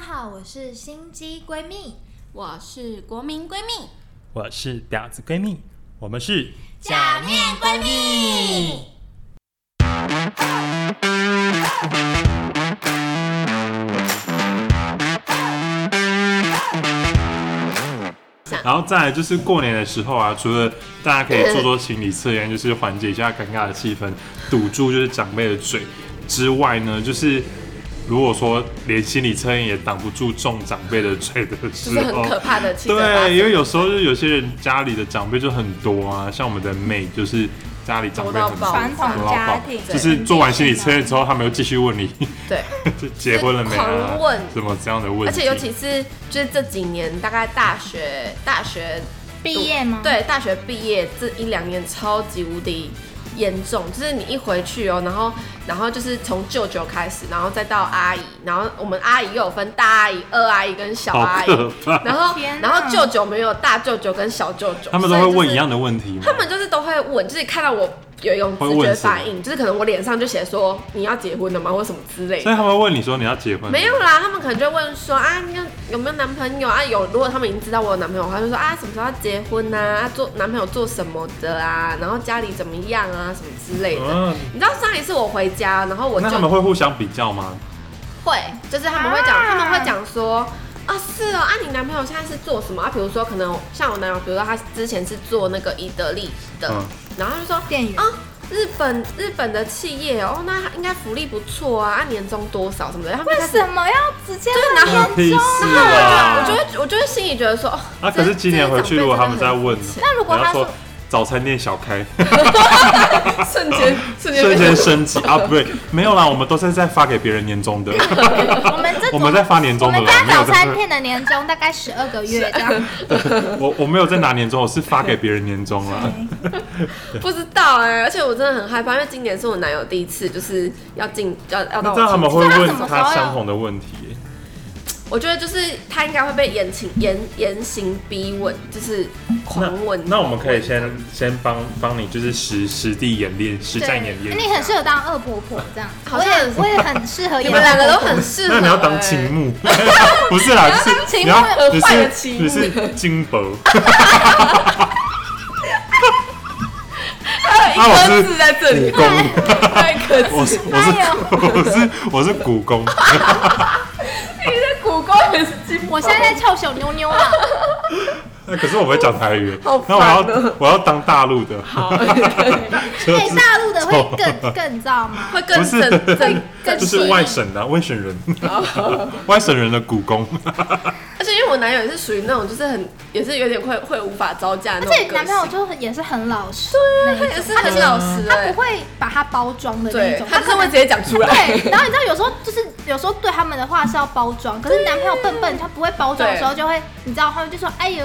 好，我是心机闺蜜，我是国民闺蜜，我是婊子闺蜜，我们是假面闺蜜。 然后再来就是过年的时候啊，除了大家可以做做心理测 验，就是缓解一下尴尬的气氛，堵住就是长辈的嘴之外呢，就是如果说连心理测验也挡不住中长辈的嘴的就时是很候，可怕的气氛发对，生。因为有时候就是有些人家里的长辈就很多啊，像我们的妹就是家里长辈很多到多爆。传统家庭就是做完心理测验之后，他们又继续问你 对，就结婚了没啊狂问，什么这样的问而题，且尤其是就是这几年，大概大学大学毕业吗？，对大学毕业这一两年超级无敌严重，就是你一回去哦，然后然后就是从舅舅开始，然后再到阿姨，然后我们阿姨又有分大阿姨、二阿姨跟小好阿姨，可怕， 然后天哪然后舅舅没有大舅舅跟小舅舅，他们都会所以就是问一样的问题吗？他们就是都会问，就是看到我有一种直觉反应，就是可能我脸上就写说你要结婚了吗，或什么之类所以的。他们会问你说你要结婚了吗没有啦，他们可能就会问说啊，你有有没有男朋友啊？有，如果他们已经知道我有男朋友，他就说啊，什么时候要结婚呐、啊？做男朋友做什么的啊？然后家里怎么样啊？什么之类的。嗯，你知道上一次我回家，然后我就那他们会互相比较吗？会，就是他们会讲，啊他们会讲说。啊、是哦，啊，你男朋友现在是做什么啊？比如说，可能像我男友，比如说他之前是做那个伊德利的，嗯然后他就说店员啊、日本日本的企业哦，那应该福利不错啊，按年终多少什么的，他们为就开始什么要直接对问然后严屁重事对，我啊！就会我就会心里觉得说，哦，啊，这可是今年回去如果他们在问，那如果然他后说说早餐店小开，瞬间瞬瞬间间变成升级 upgrade，没有啦，我们都是在发给别人年终的，我们这我种们在发年我终的们啦，家没有早餐在，店的年终大概十二个月这样，我我没有在拿年终，我是发给别人年终啦。不知道哎、而且我真的很害怕，因为今年是我男友第一次就是要进要要到那我这样他们亲会戚那问怎么他说呀相同的问题耶，我觉得就是他应该会被严情严严刑逼问，就是狂问。那我们可以先先帮帮你，就是实实地演练、实战演练一下。你很适合当恶婆婆这样，好我像也我也很适合你演们恶两个都婆婆。很适 那合、欸。你要当青木，不是啦，就是青木你要很你坏的是青木你是金箔，啊我还哎有是一颗痣在这古 里，宫，还有一颗我痣。是我是我是我是古宫， 你的骨沟也是金箔我现在在臭小妞妞啊，可是我会讲台语好，那烦哦我要我要当大陆的， 就哎，是大陆的会更更燥 吗？会不 更是正正更就是外省的外省人， 外省人的古宫，而且因为我男友也是属于那种，就是很也是有点会会无法招架那而种个且性。啊男朋友就很也是很老实，他对也是很老实他不哎，会把它包装的那对种，，他就是可会能直接讲出来。 对，然后你知道有时候就是有时候对他们的话是要包装，可是男朋友笨笨，他不会包装的时候就会，你知道他们就说：“哎呦，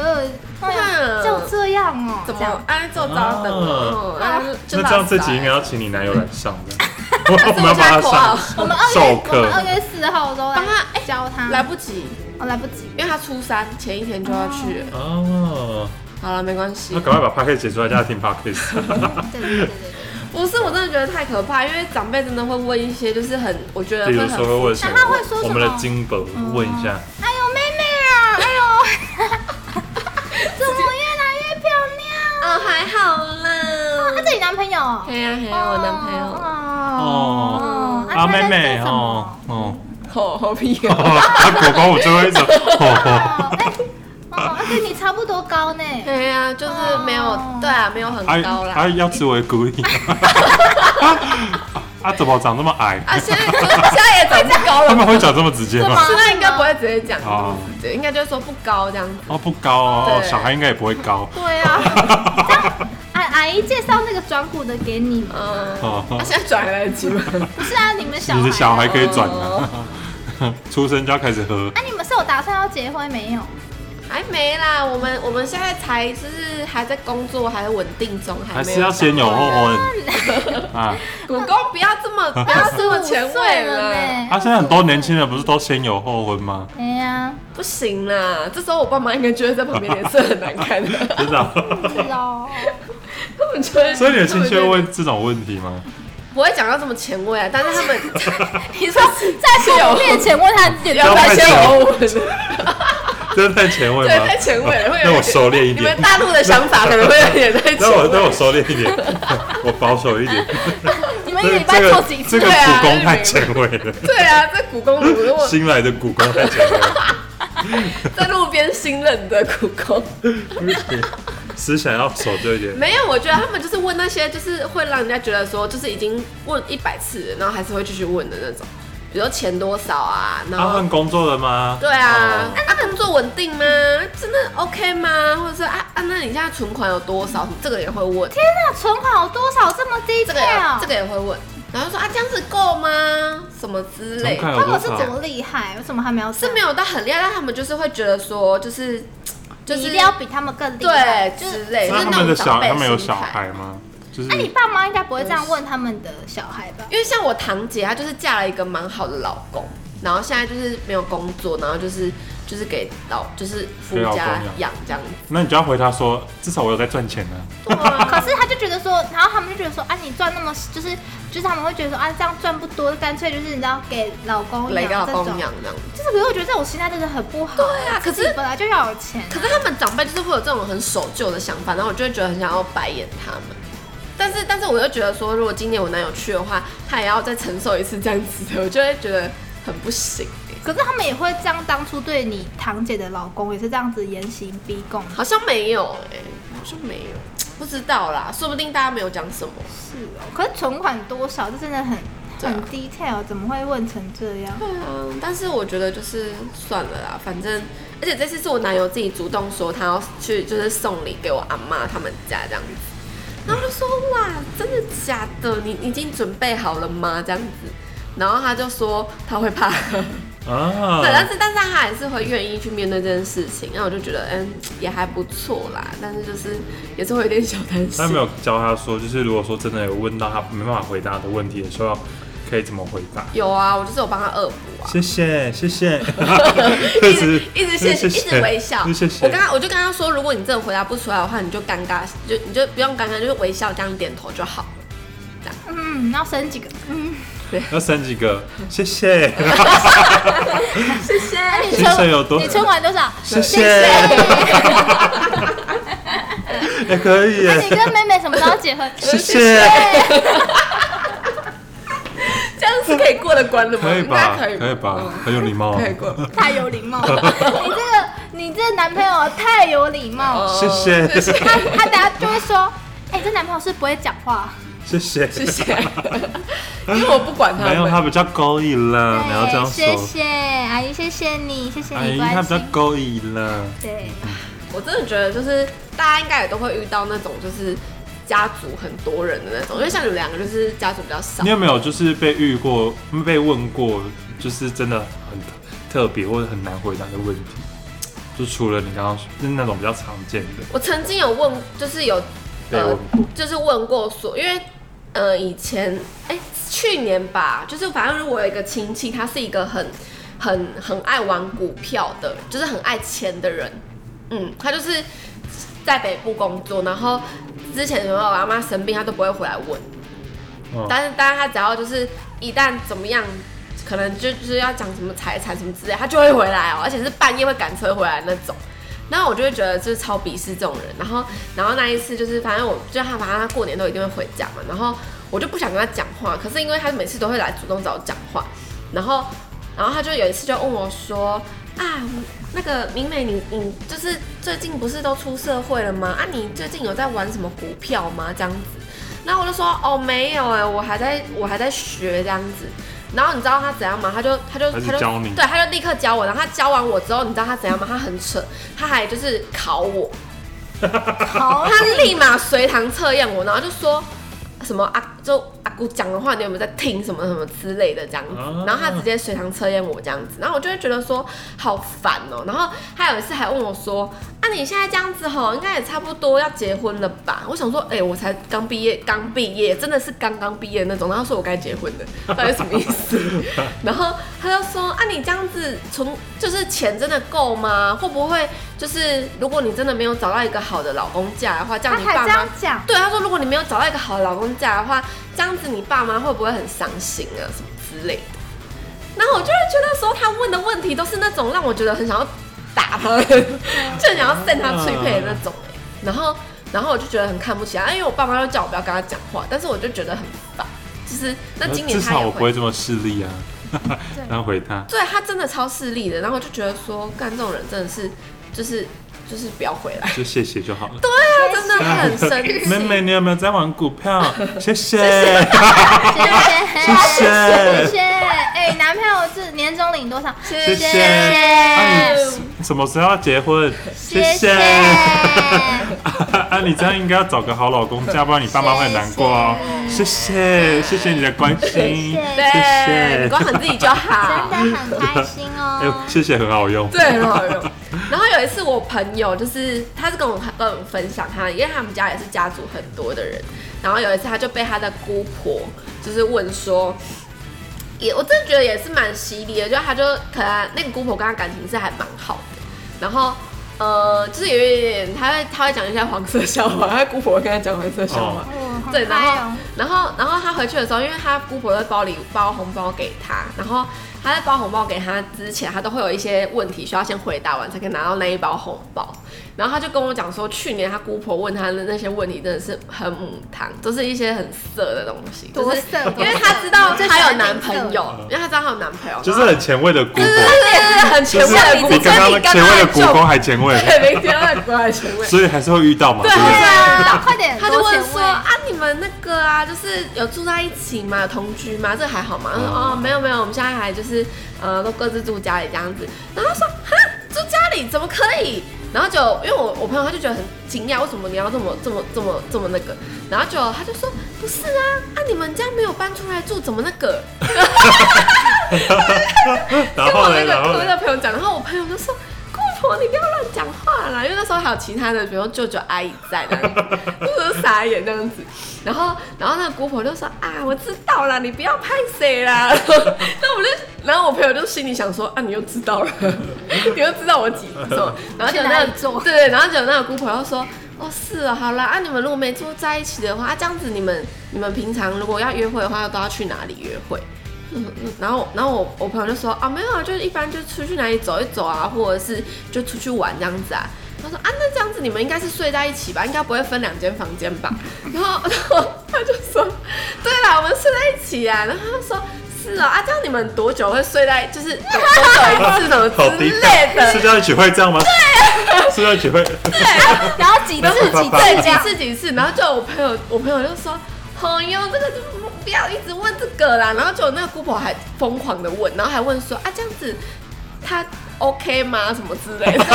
哎呦就这样哦、怎么这样哎，做招的哦，然后就啊那这就样辣这死集应啊该要请你男友来上的，我是们要我现在帮他口号上我们二授月我课们二月四号的时候来帮他哎教他，来不及，哦来不及，因为他初三前一天就要去了。哦，好了，没关系那。赶快把 p a c k a g e 解出来，大家听 p a c k a g e 对对对对对。不是，我真的觉得太可怕，因为长辈真的会问一些，就是很，我觉得比会如很说会问什么那他会说什？么我们的金箔问一下，哎呦妹妹啊，哎呦， 怎么越来越漂亮？哦，还好啦。他是你男朋友哦？嘿呀嘿呀，我男朋友，哦啊妹妹哦，哦，好好屁哦 哦。啊果果我就会说，哦，哦，哎，哦，而且你差不多高呢。对呀，就是没有，对啊，没有很还高啦。还要吃我的骨力，啊怎么长这么矮？啊，现在现在也长不高 他了们。会讲这么直接是吗吗？现在应该不会直接讲，哦对，应该就是说不高这样子。哦不高哦，哦对小孩应该也不会高对啊， 这样阿阿姨介绍那个转股的给你们，嗯，哦，那现在转还来得及吗？不是啊，你们小孩，你的小孩可以转啊， 出生就要开始喝，啊，你们是有打算要结婚没有？还没啦，我们我们现在才就是还在工作，还稳定中，还还没是要先有哦后婚啊？股东不要 这么不要这么前卫了 了，啊，现在很多年轻人不是都先有后婚吗？哎呀，不行啦！这时候我爸妈应该就会在旁边脸色很难看的， 真的啊。是哦，他们就会，所以你的亲戚会他们就会 问这种问题吗？不会讲到这么前卫啊，但是他 们你说在父母面前问他点要头不然先先我我问，真的太前卫对，吗？太前卫了，会有那我点收敛一你点们。大陆的想法可能会有点太前那我 那卫我。收敛一 点，我保守一点。你们一个这个礼拜这抽个几次这？个对啊古公太前卫 了，对啊，在故宫，如果新来的古公太前卫了，在路边新认的故宫，思想要守旧一点。没有，我觉得他们就是问那些，就是会让人家觉得说，就是已经问一百次了，然后还是会继续问的那种，比如说钱多少啊，然他后、们工作了吗？对啊哦，啊，工作稳定吗？真的 OK 吗？或者是啊啊，那你现在存款有多少？这个也会问，天哪，存款有多少这么低这个也调？这个也会问，然后说啊，这样子够吗？什么之类存款的，有他多们是少怎？么厉害？为什么他们要是没有到很厉害，但他们就是会觉得说，就是就有，是你一定要比他们更厉害？对就之是。类，哎就那是他那们种的小，长辈他们有心小态哎孩吗？就是那你爸妈应该不会这样问他们的小孩吧？因为像我堂姐，她就是嫁了一个蛮好的老公，然后现在就是没有工作，然后就是就是给老就是夫给老公家养养这样子。那你就要回他说，至少我有在赚钱呢。啊 可是他就觉得说，然后他们就觉得说，啊，你赚那么就是就是他们会觉得说，啊，这样赚不多，干脆就是你知道给老公雷养老这公种。养这样子。就是可是我觉得这种心态真的很不好。对啊自己可是本来就要有钱啊、可是他们长辈就是会有这种很守旧的想法，然后我就会觉得很想要白眼他们。但是，但是我又觉得说，如果今年我男友去的话，他也要再承受一次这样子的，我就会觉得很不行、欸可是他们也会这样，当初对你堂姐的老公也是这样子严刑逼供。好像没有哎、好像没有，不知道啦，说不定大家没有讲什么。是哦，可是存款多少，这真的很对啊很 detail，怎么会问成这样？嗯，但是我觉得就是算了啦，反正而且这次是我男友自己主动说他要去，就是送礼给我阿妈他们家这样子。然后我就说哇，真的假的？你你已经准备好了吗？这样子。然后他就说他会怕，对，啊，但是但是他还是会愿意去面对这件事情。那我就觉得，嗯，也还不错啦。但是就是也是会有点小担心他。没有教他说，就是如果说真的有问到他没办法回答的问题的时候，可以怎么回答？有啊，我就是有帮他恶补啊。谢谢，谢 谢，一一直一直谢谢，一直微笑。谢谢。我刚刚我就跟他说，如果你真的回答不出来的话，你就尴尬，就你就不用尴尬，就是微笑这样点头就好了。嗯，要生几个？嗯，要生几个？谢谢， 谢谢。那你谢谢存有多你？存款多少？谢谢。也哎可以那 哎你耶，跟妹妹什么时候结婚？谢谢， 这样是可以过得关的吗？可以应该吧？可以，嗯可以？吧？很有礼貌哦。可以过。太有礼貌了，你这个你这个男朋友太有礼貌了，谢谢哦谢他他等下就会说，哎、这男朋友是不会讲话，谢谢，谢 谢，因为我不管他没有，他们。比较勾引了，啊你要这样哎谢说。谢阿姨，谢谢你，谢谢阿你姨，关他比较心，勾引了。对，我真的觉得就是大家应该也都会遇到那种就是家族很多人的那种，因为像你们两个就是家族比较少你。有没有就是被遇过、被问过，就是真的很特别或者很难回答的问题？就除了你刚刚说就是那种比较常见的，我曾经有问，就是有呃被问过就是问过所，因为呃以前哎、去年吧，就是反正我有一个亲戚，他是一个很很很爱玩股票的，就是很爱钱的人，嗯，他就是在北部工作，然后之前有没有我阿妈生病，他都不会回来问，嗯，但是但是他只要就是一旦怎么样。可能就就是要讲什么财产什么之类，他就会回来哦，而且是半夜会赶车回来那种。然后我就会觉得就是超鄙视这种人。然后，然后那一次就是反正我就他，反正他过年都一定会回家嘛。然后我就不想跟他讲话，可是因为他每次都会来主动找我讲话，然后，然后他就有一次就问我说啊。那个明美你，你就是最近不是都出社会了吗？啊，你最近有在玩什么股票吗？这样子，然后我就说哦没有哎、我还在我还在学这样子。然后你知道他怎样吗？他就他就他就他就教你对，他就立刻教我。然后他教完我之后，你知道他怎样吗？他很扯，他还就是考我，好，啊他立马随堂测验我，然后就说什么阿就阿姑讲的话，你有没有在听什么什么之类的这样子啊，然后他直接随堂测验我这样子，然后我就会觉得说好烦哦、然后他有一次还问我说，啊你现在这样子吼，应该也差不多要结婚了吧？我想说，哎、我才刚毕业，刚毕业，真的是刚刚毕业那种，然后说我该结婚了， 到底什么意思？然后他就说：“啊，你这样子存就是钱真的够吗？会不会就是如果你真的没有找到一个好的老公嫁的话，这样他你还爸这样妈讲，对他说，如果你没有找到一个好的老公嫁的话，这样子你爸妈会不会很伤心啊什么之类的。然后我就会觉得说，他问的问题都是那种让我觉得很想要打他的， 就很想要扇他脆配的那种、欸、然后，然后我就觉得很看不起他，因为我爸妈又叫我不要跟他讲话，但是我就觉得很烦。就是那今年呃至他少也我不会会，这么势利啊。 然后回他，对他真的超势利的，然后我就觉得说，干这种人真的是，就是就是不要回来， 就谢谢就好了。他真的很生 气。妹妹，你有没有在玩股票？谢谢，谢谢谢谢谢谢。哎，男朋友是年终领多少？谢谢谢。啊，你什么时候要结婚？谢 谢。啊，你这样应该要找个好老公家，不然你爸妈会很难过哦。谢谢，谢谢你的关心，对，谢你管好自己就好。真的很开心哎呦哦，。谢谢很好用。对，很好用。然后有一次，我朋友就是他是跟我跟我分享他，因为他们家也是家族很多的人。然后有一次，他就被他的姑婆就是问说，也我真的觉得也是蛮犀利的，就他就可能那个姑婆跟他感情是还蛮好的，然后。呃，就是有一点点，他会他会讲一些黄色笑话，他姑婆会跟他讲黄色笑话，哦好对，然嗨后哦然后然后他回去的时候，因为他姑婆会包礼包红包给他，然后他在包红包给他之前，他都会有一些问题需要先回答完才可以拿到那一包红包。然后他就跟我讲说，去年他姑婆问他的那些问题真的是很母汤，都是一些很色的东西，就多是色因为他知道他有男朋最喜欢听色友，因为他知道他有男朋 友，就是很前卫的姑婆，对对对很前就卫是的姑婆，比刚刚前卫的姑婆还前卫，对，比刚刚的姑婆还前卫。所以还是会遇到嘛，对对不对？啊快点，他就问说多前卫啊，你们那个啊，就是有住在一起吗？有同居吗？这个还好吗？他说哦嗯哦，没有没有，我们现在还就是呃，都各自住家里这样子。然后他说哈，住家里怎么可以？然后就因为我我朋友他就觉得很惊讶，为什么你要这么这么这么这么那个？然后就他就说不是啊，啊你们家没有搬出来住，怎么那个？然 跟后我呢，那然个后我呢那个朋友讲，然后我朋友就说：“姑婆，你不要乱讲话啦！”因为那时候还有其他的，比如舅舅阿姨在那里，我就傻眼这样子。 然后，然后那个姑婆就说：“啊，我知道啦，你不要拍谁啦。” 那我就，然后我朋友就心里想说：“啊，你又知道了， 你又知道我几座。”然后就去哪那里坐对，然后就那个姑婆又说。哦，是啊，好啦，啊，你们如果没住在一起的话，啊、这样子你们你们平常如果要约会的话，都要去哪里约会？嗯嗯然后，然后我我朋友就说啊，没有啊，就是一般就出去哪里走一走啊，或者是就出去玩这样子啊。他说啊，那这样子你们应该是睡在一起吧，应该不会分两间房间吧？ 然后，然后他就说，对啦，我们睡在一起啊。然后他说是啊，啊，这样你们多久会睡在，就是多多久一次什 么好之低类调，的？啊社交一起会这样吗？对，社交一起会， 然后几次那几爸爸次对，这几样，次几次，然后就我朋友，我朋友就说，朋友这个就不要一直问这个啦，然后就那个姑婆还疯狂的问，然后还问说啊这样子他 OK 吗什么之类 的，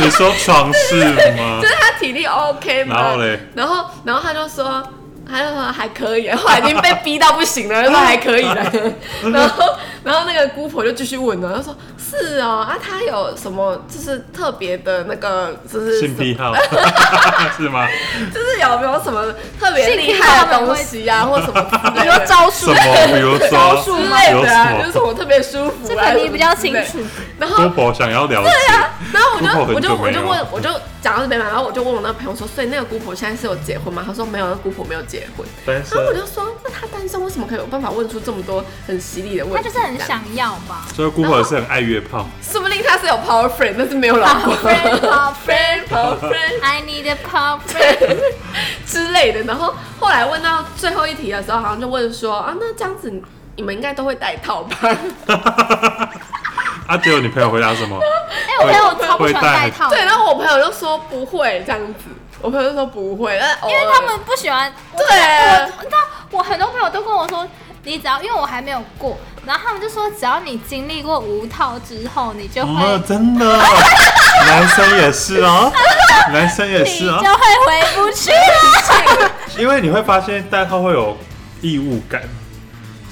你说床是吗就？是他体力 OK 吗？然后嘞然后然后他就说。他就说还可以，后来已经被逼到不行了，就说 还可以了。然后，然后那个姑婆就继续问了，她说：“是哦，啊，他有什么就是特别的那个， 就是性癖好 是吗？就是有没有什么特别厉害的东西 啊，或什么之比类如的招什数，么？比如招数说，之类的啊，有什么就是我特别舒服、啊，这肯定比较清楚。然姑后，婆想要了解，然后我姑婆就很我久没有就我就问，我就讲到这边嘛，然后我就问我那个朋友说，所以那个姑婆现在是有结婚吗？他说没有，那姑婆没有结婚。单然后我身，就说，那她单身为什么可以有办法问出这么多很犀利的问他题？就是很，想要吧。所以姑婆也是很爱约炮。说不定她是有 power friend，但是没有老公 Power friend，power friend，power friend。 I need a coffee。 之类的。然后后来问到最后一题的时候，好像就问说啊，那这样子你们应该都会戴套吧？ 啊，结果你朋友回答什么？哎，我朋友超不喜欢戴套，对，然后我朋友就说不会这样子，我朋友就说不会，但偶尔因为他们不喜欢。我对我你知道，我很多朋友都跟我说，你只要因为我还没有过，然后他们就说，只要你经历过无套之后，你就哦会，。真的， 男生也是 哦，男生也你是就哦，会回不去了。因为你会发现戴套会有异物感，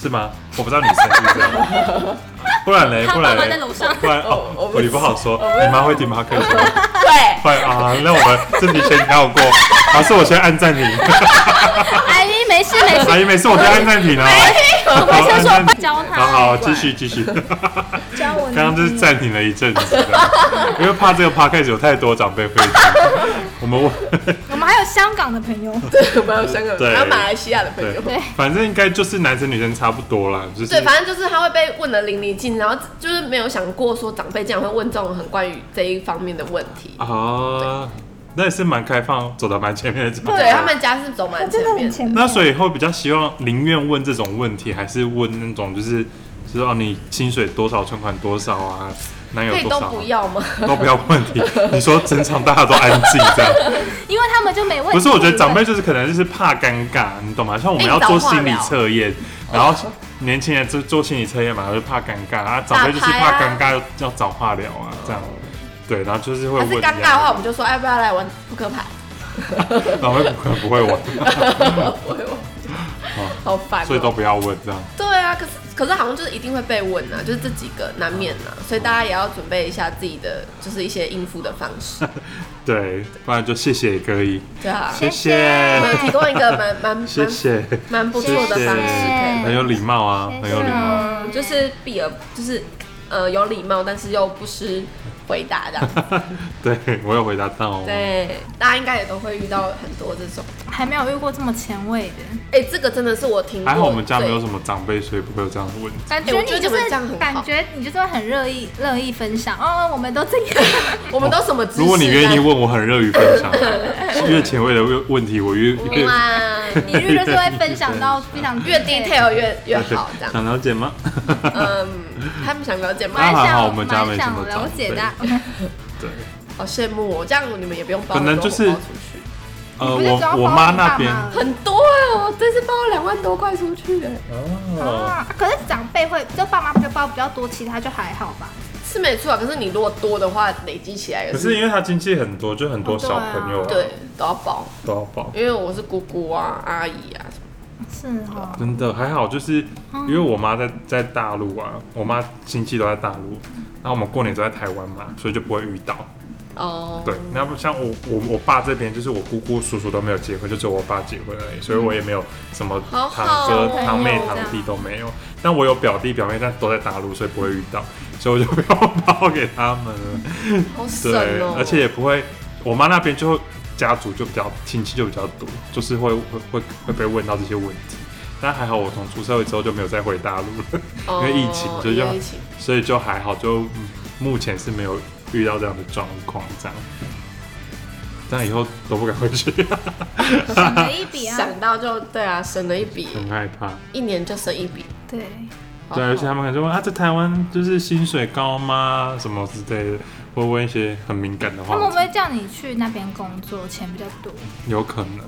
是吗？我不知道女生是不是这样，不然嘞，他不爸然爸在嘞楼上，不然我哦，不我也不好说，你妈会听吗？可以说吗。 对。快啊！那我们这题先跳过，还是我先按暂停？ 阿姨没事没阿事，姨没事，我先按暂停啊。我们先说不教好他。好，继续继续。教我刚刚就是暂停了一阵子，因为怕这个 podcast 有太多长辈会听。我们问，我们们还有香港的朋友，对，哎我们还有香港，对还有马来西亚的朋对友。对，反正应该就是男生女生差不多啦，就是对，反正就是他会被问的淋漓尽致，然后就是没有想过说长辈竟然会问这种很关于这一方面的问题。啊，那也是蛮开放，走的蛮前面的长辈。对他们家是走蛮前呃真的面很的，前面。那所以会比较希望宁愿问这种问题，还是问那种就是知道你薪水多少、存款多少啊，男友可以多哎都少啊、不要吗？都不要问题。你说整场大家都安静这 样，因为他们就没问题。不是？我觉得长辈就是可能就是怕尴尬，你懂吗？像我们哎要早做化心理疗测验，然后年轻人做做心理测验嘛，就怕尴尬啊，长辈就是打牌怕啊尴尬要找化疗啊，这样。对，然后就是会还问一是尴样尬的话，我们就说哎要不要来玩扑克牌？ 长辈不可能不会 玩，不会玩好烦哦、所以都不要问这样。对啊，可是可是好像就是一定会被问啊，就是这几个难免啊，所以大家也要准备一下自己的就是一些应付的方 式，对，不然就谢谢也可以，对啊。谢我们谢，提供一个蛮蛮蛮谢谢，蛮不错的方式可以很有礼貌啊，很有礼貌。嗯，就是避而就是呃有礼貌，但是又不失回答 这样。对我有回答到哦。对，大家应该也都会遇到很多这种。还没有遇过这么前卫的，哎、这个真的是我听过。还好我们家没有什么长辈，所以不会有这样的问题。感哎觉我你觉得就你们是这样很好感觉你就是会很乐意乐意分享哦，我们都这样， 我们都什么知识？啊如果你愿意问，我很乐于分享。越前卫的问问题，我越越哇，你遇到就会分享到非 常 越 detail 越越好这样。想了解吗？嗯，他们想了解吗？啊还蛮好我想们家没蛮什么想了解的长。对，好羡慕哦，这样你们也不用包可能很多就是红包出去呃，你不是我只要我包妈你那爸边妈很多啊，我这次包了两万多块 出去，哎 哦，啊， 可是长辈会，就爸妈会包比较多，其他就还好吧。是没错啊。可是你如果多的话，累积起来也可是因为她亲戚很多，就很多哦对啊小朋友啊对都要包，都要包。因为我是姑姑啊、阿姨啊什么。是哦，真的还好，就是嗯因为我妈在在大陆啊，我妈亲戚都在大陆，然后我们过年都在台湾嘛，所以就不会遇到。哦，对，那不像我我我爸这边，就是我姑姑叔叔都没有结婚，就只有我爸结婚而已，所以我也没有什么嗯好堂好哥、哦堂妹、堂这样弟都没有。但我有表弟表妹，但都在大陆，所以不会遇到，所以我就不用包给他们了。好省对，哦，而且也不会，我妈那边就家族就比较亲戚就比较多，就是会会会会被问到这些问题。但还好我从出社会之后就没有再回大陆了，因为疫情哦所以因为疫就情所以就还好，就嗯目前是没有遇到这样的状况，这样。但以后都不敢回去， 省了一笔啊。想到就对啊，省了一笔，很害怕。一年就省一笔。对，好对，而且好他们可能就问啊，在台湾就是薪水高吗？什么之类的，会问一些很敏感的他话题。们会不会叫你去那边工作，钱比较多？有可能。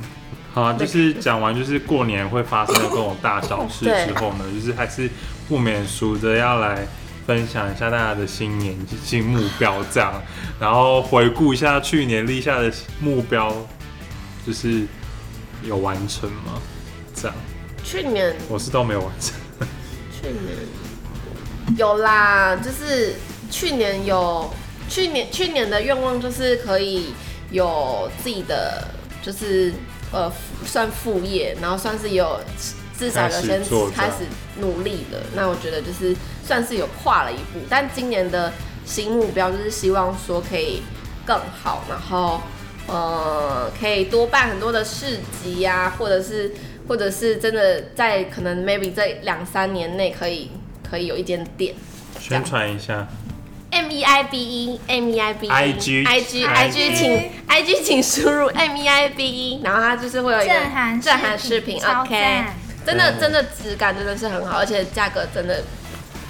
好、啊，就是讲完就是过年会发生的各种大小事对之后呢，就是还是不免俗的要来分享一下大家的新年新目标这样，然后回顾一下去年立下的目标，就是有完成吗？这样，去年我是都没有完成。去年有啦，就是去年有去年去年的愿望就是可以有自己的，就是呃算副业，然后算是有至少有开先始做这开样始努力了。那我觉得就是算是有跨了一步，但今年的新目标就是希望说可以更好，然后呃可以多办很多的市集呀、或者是或者是真的在可能 maybe 这两三年内可以可以有一间店。宣传一下， M E I B E M E I B E IG I G I G 请 I G 请输入 M E I B E，然后它就是会有一个正韩正韩视频超，OK，赞，真的对真的质感真的是很好，而且价格真的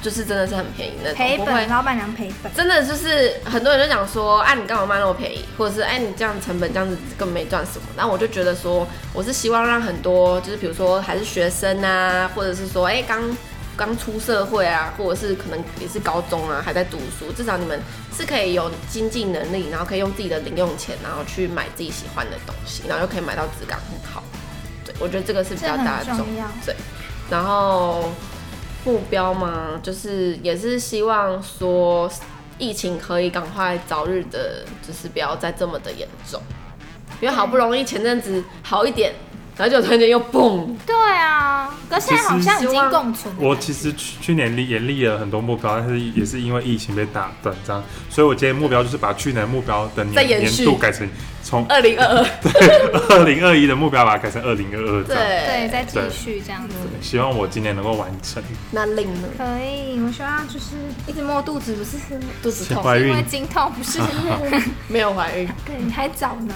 就是真的是很便宜那种，赔不会本，老板娘赔本。真的就是很多人就讲说，啊，你干嘛卖那么便宜，或者是哎、你这样成本这样子根本没赚什么。然后我就觉得说，我是希望让很多就是比如说还是学生啊，或者是说哎刚刚出社会啊，或者是可能也是高中啊还在读书，至少你们是可以有经济能力，然后可以用自己的零用钱，然后去买自己喜欢的东西，然后又可以买到质感很好。对，我觉得这个是比较大的这很重要对，然后目标嘛，就是也是希望说疫情可以赶快早日的，就是不要再这么的严重，因为好不容易前阵子好一点，然后就突然间又嘣，对啊，可是现在好像已经共存了。我其实去去年立也立了很多目标，但是也是因为疫情被打断章，所以我今天目标就是把去年的目标的再年延年续度改成从二零 二二，二零二一的目标把它改成二零二二这样。对，对，再继续这样子。希望我今年能够完成。那令呢？可以，我希望就是一直摸肚子，不是肚子痛，怀因为孕经痛，不是，没有怀孕， 对，你还早呢。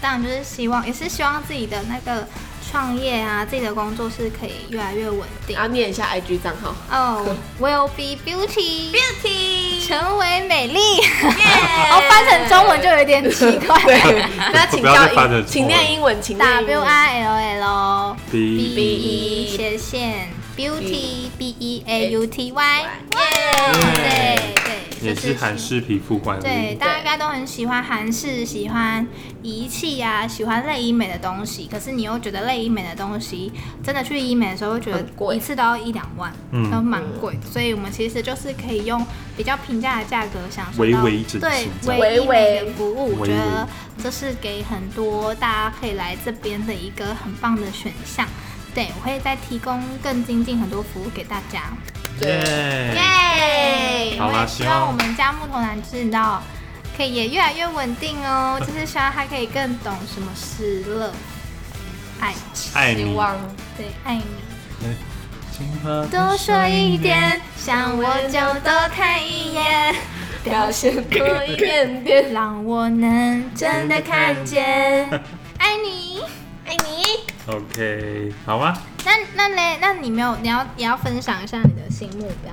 当然就是希望，也是希望自己的那个创业啊，自己的工作是可以越来越稳定。然后啊念一下 IG 账 号。哦、w i l l be beauty， Beauty，成为美丽。 哦，翻成中文就有点奇怪。 对，那请不要叫再发展英，请错了念英文，请念英 W 文。 I L 哦 L B B E 斜线 beauty B E A U T Y，耶耶，对对，也就是韩式皮肤管对，理，大家应该都很喜欢韩式，喜欢仪器呀、喜欢类医美的东西。可是你又觉得类医美的东西，真的去医美的时候，会觉很贵得一次都要一两万，嗯都蛮贵。所以我们其实就是可以用比较平价的价格享受到微微整形对这样微医美的服务。微微我觉得这是给很多大家可以来这边的一个很棒的选项。对，我会再提供更精进很多服务给大家。对，耶！好啦我也希希望望我们家木头男知道，可以也越来越稳定哦。就是希望他可以更懂什么是乐、爱，爱希你。望对，爱你请和多说一点，想我就多看一眼，表现多一点点。让我能真的看 见爱你。爱你。 OK，好吗？那那嘞，那你没有，你要也要分享一下你的新目标。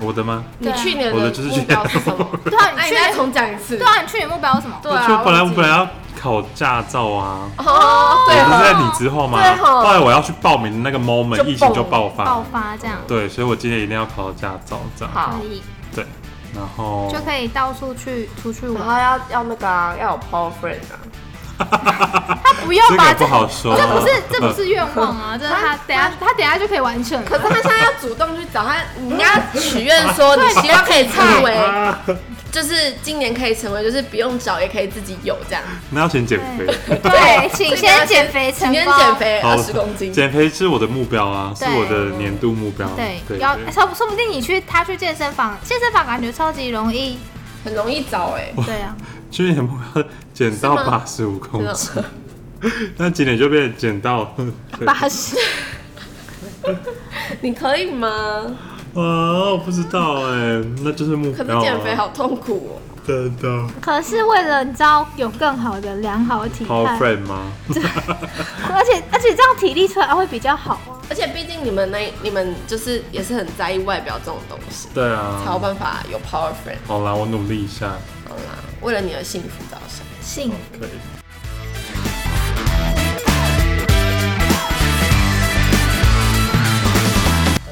我的吗？你去年我的的就是目标是什么？啊 对啊，那你你去再年，重讲一次对。啊，你去年目标是什么？对我啊，就本来忘我记本来要考驾照啊，哦，我对不是在哦，你之后吗？对哦后来我要去报名的那个就 moment，蹦疫情就爆爆发，发这样啊对，啊所以我今天一定要考到驾照，这样好可，以，对，然后就可以到处去出去然玩后。要要那个啊要有 power friend 啊， 不用这吧，个不好说，嗯这不是这 不是愿望啊，这是他等下他等下就可以完成了。可是他现在要主动去找他，你应该要许愿说你希望可以成为，啊就是今年可以成为，就是不用找也可以自己有这样。那要先减肥，对，请先减肥成请功，先减。肥好二十公斤，减肥是我的目标啊，是对我的年度目标，对，对，要对说说不定你去他去健身房，健身房感觉超级容 易。很容易找哎。对啊，去年的目标减到是吗八十五公真的斤， 那今年就被减到对 八十，你可以吗？啊，我不知道哎，那就是目可标是啊。减肥好痛苦哦。真的可是为了你知道有更好的良好的体，Power 态， Friend 吗？而且而且这样体力出来会比较好啊。而且毕竟你们那你们就是也是很在意外表这种东西，对才有啊，办法有 power friend。好啦，我努力一下，好啦，为了你的幸福着想。幸福可以。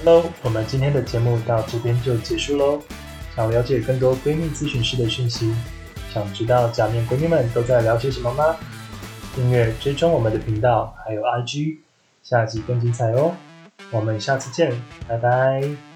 Hello，我们今天的节目到这边就结束喽。想了解更多闺蜜咨询师的讯息，想知道假面闺蜜们都在聊些什么吗？订阅追踪我们的频道，还有 IG，下集更精彩哦。我们下次见，拜拜。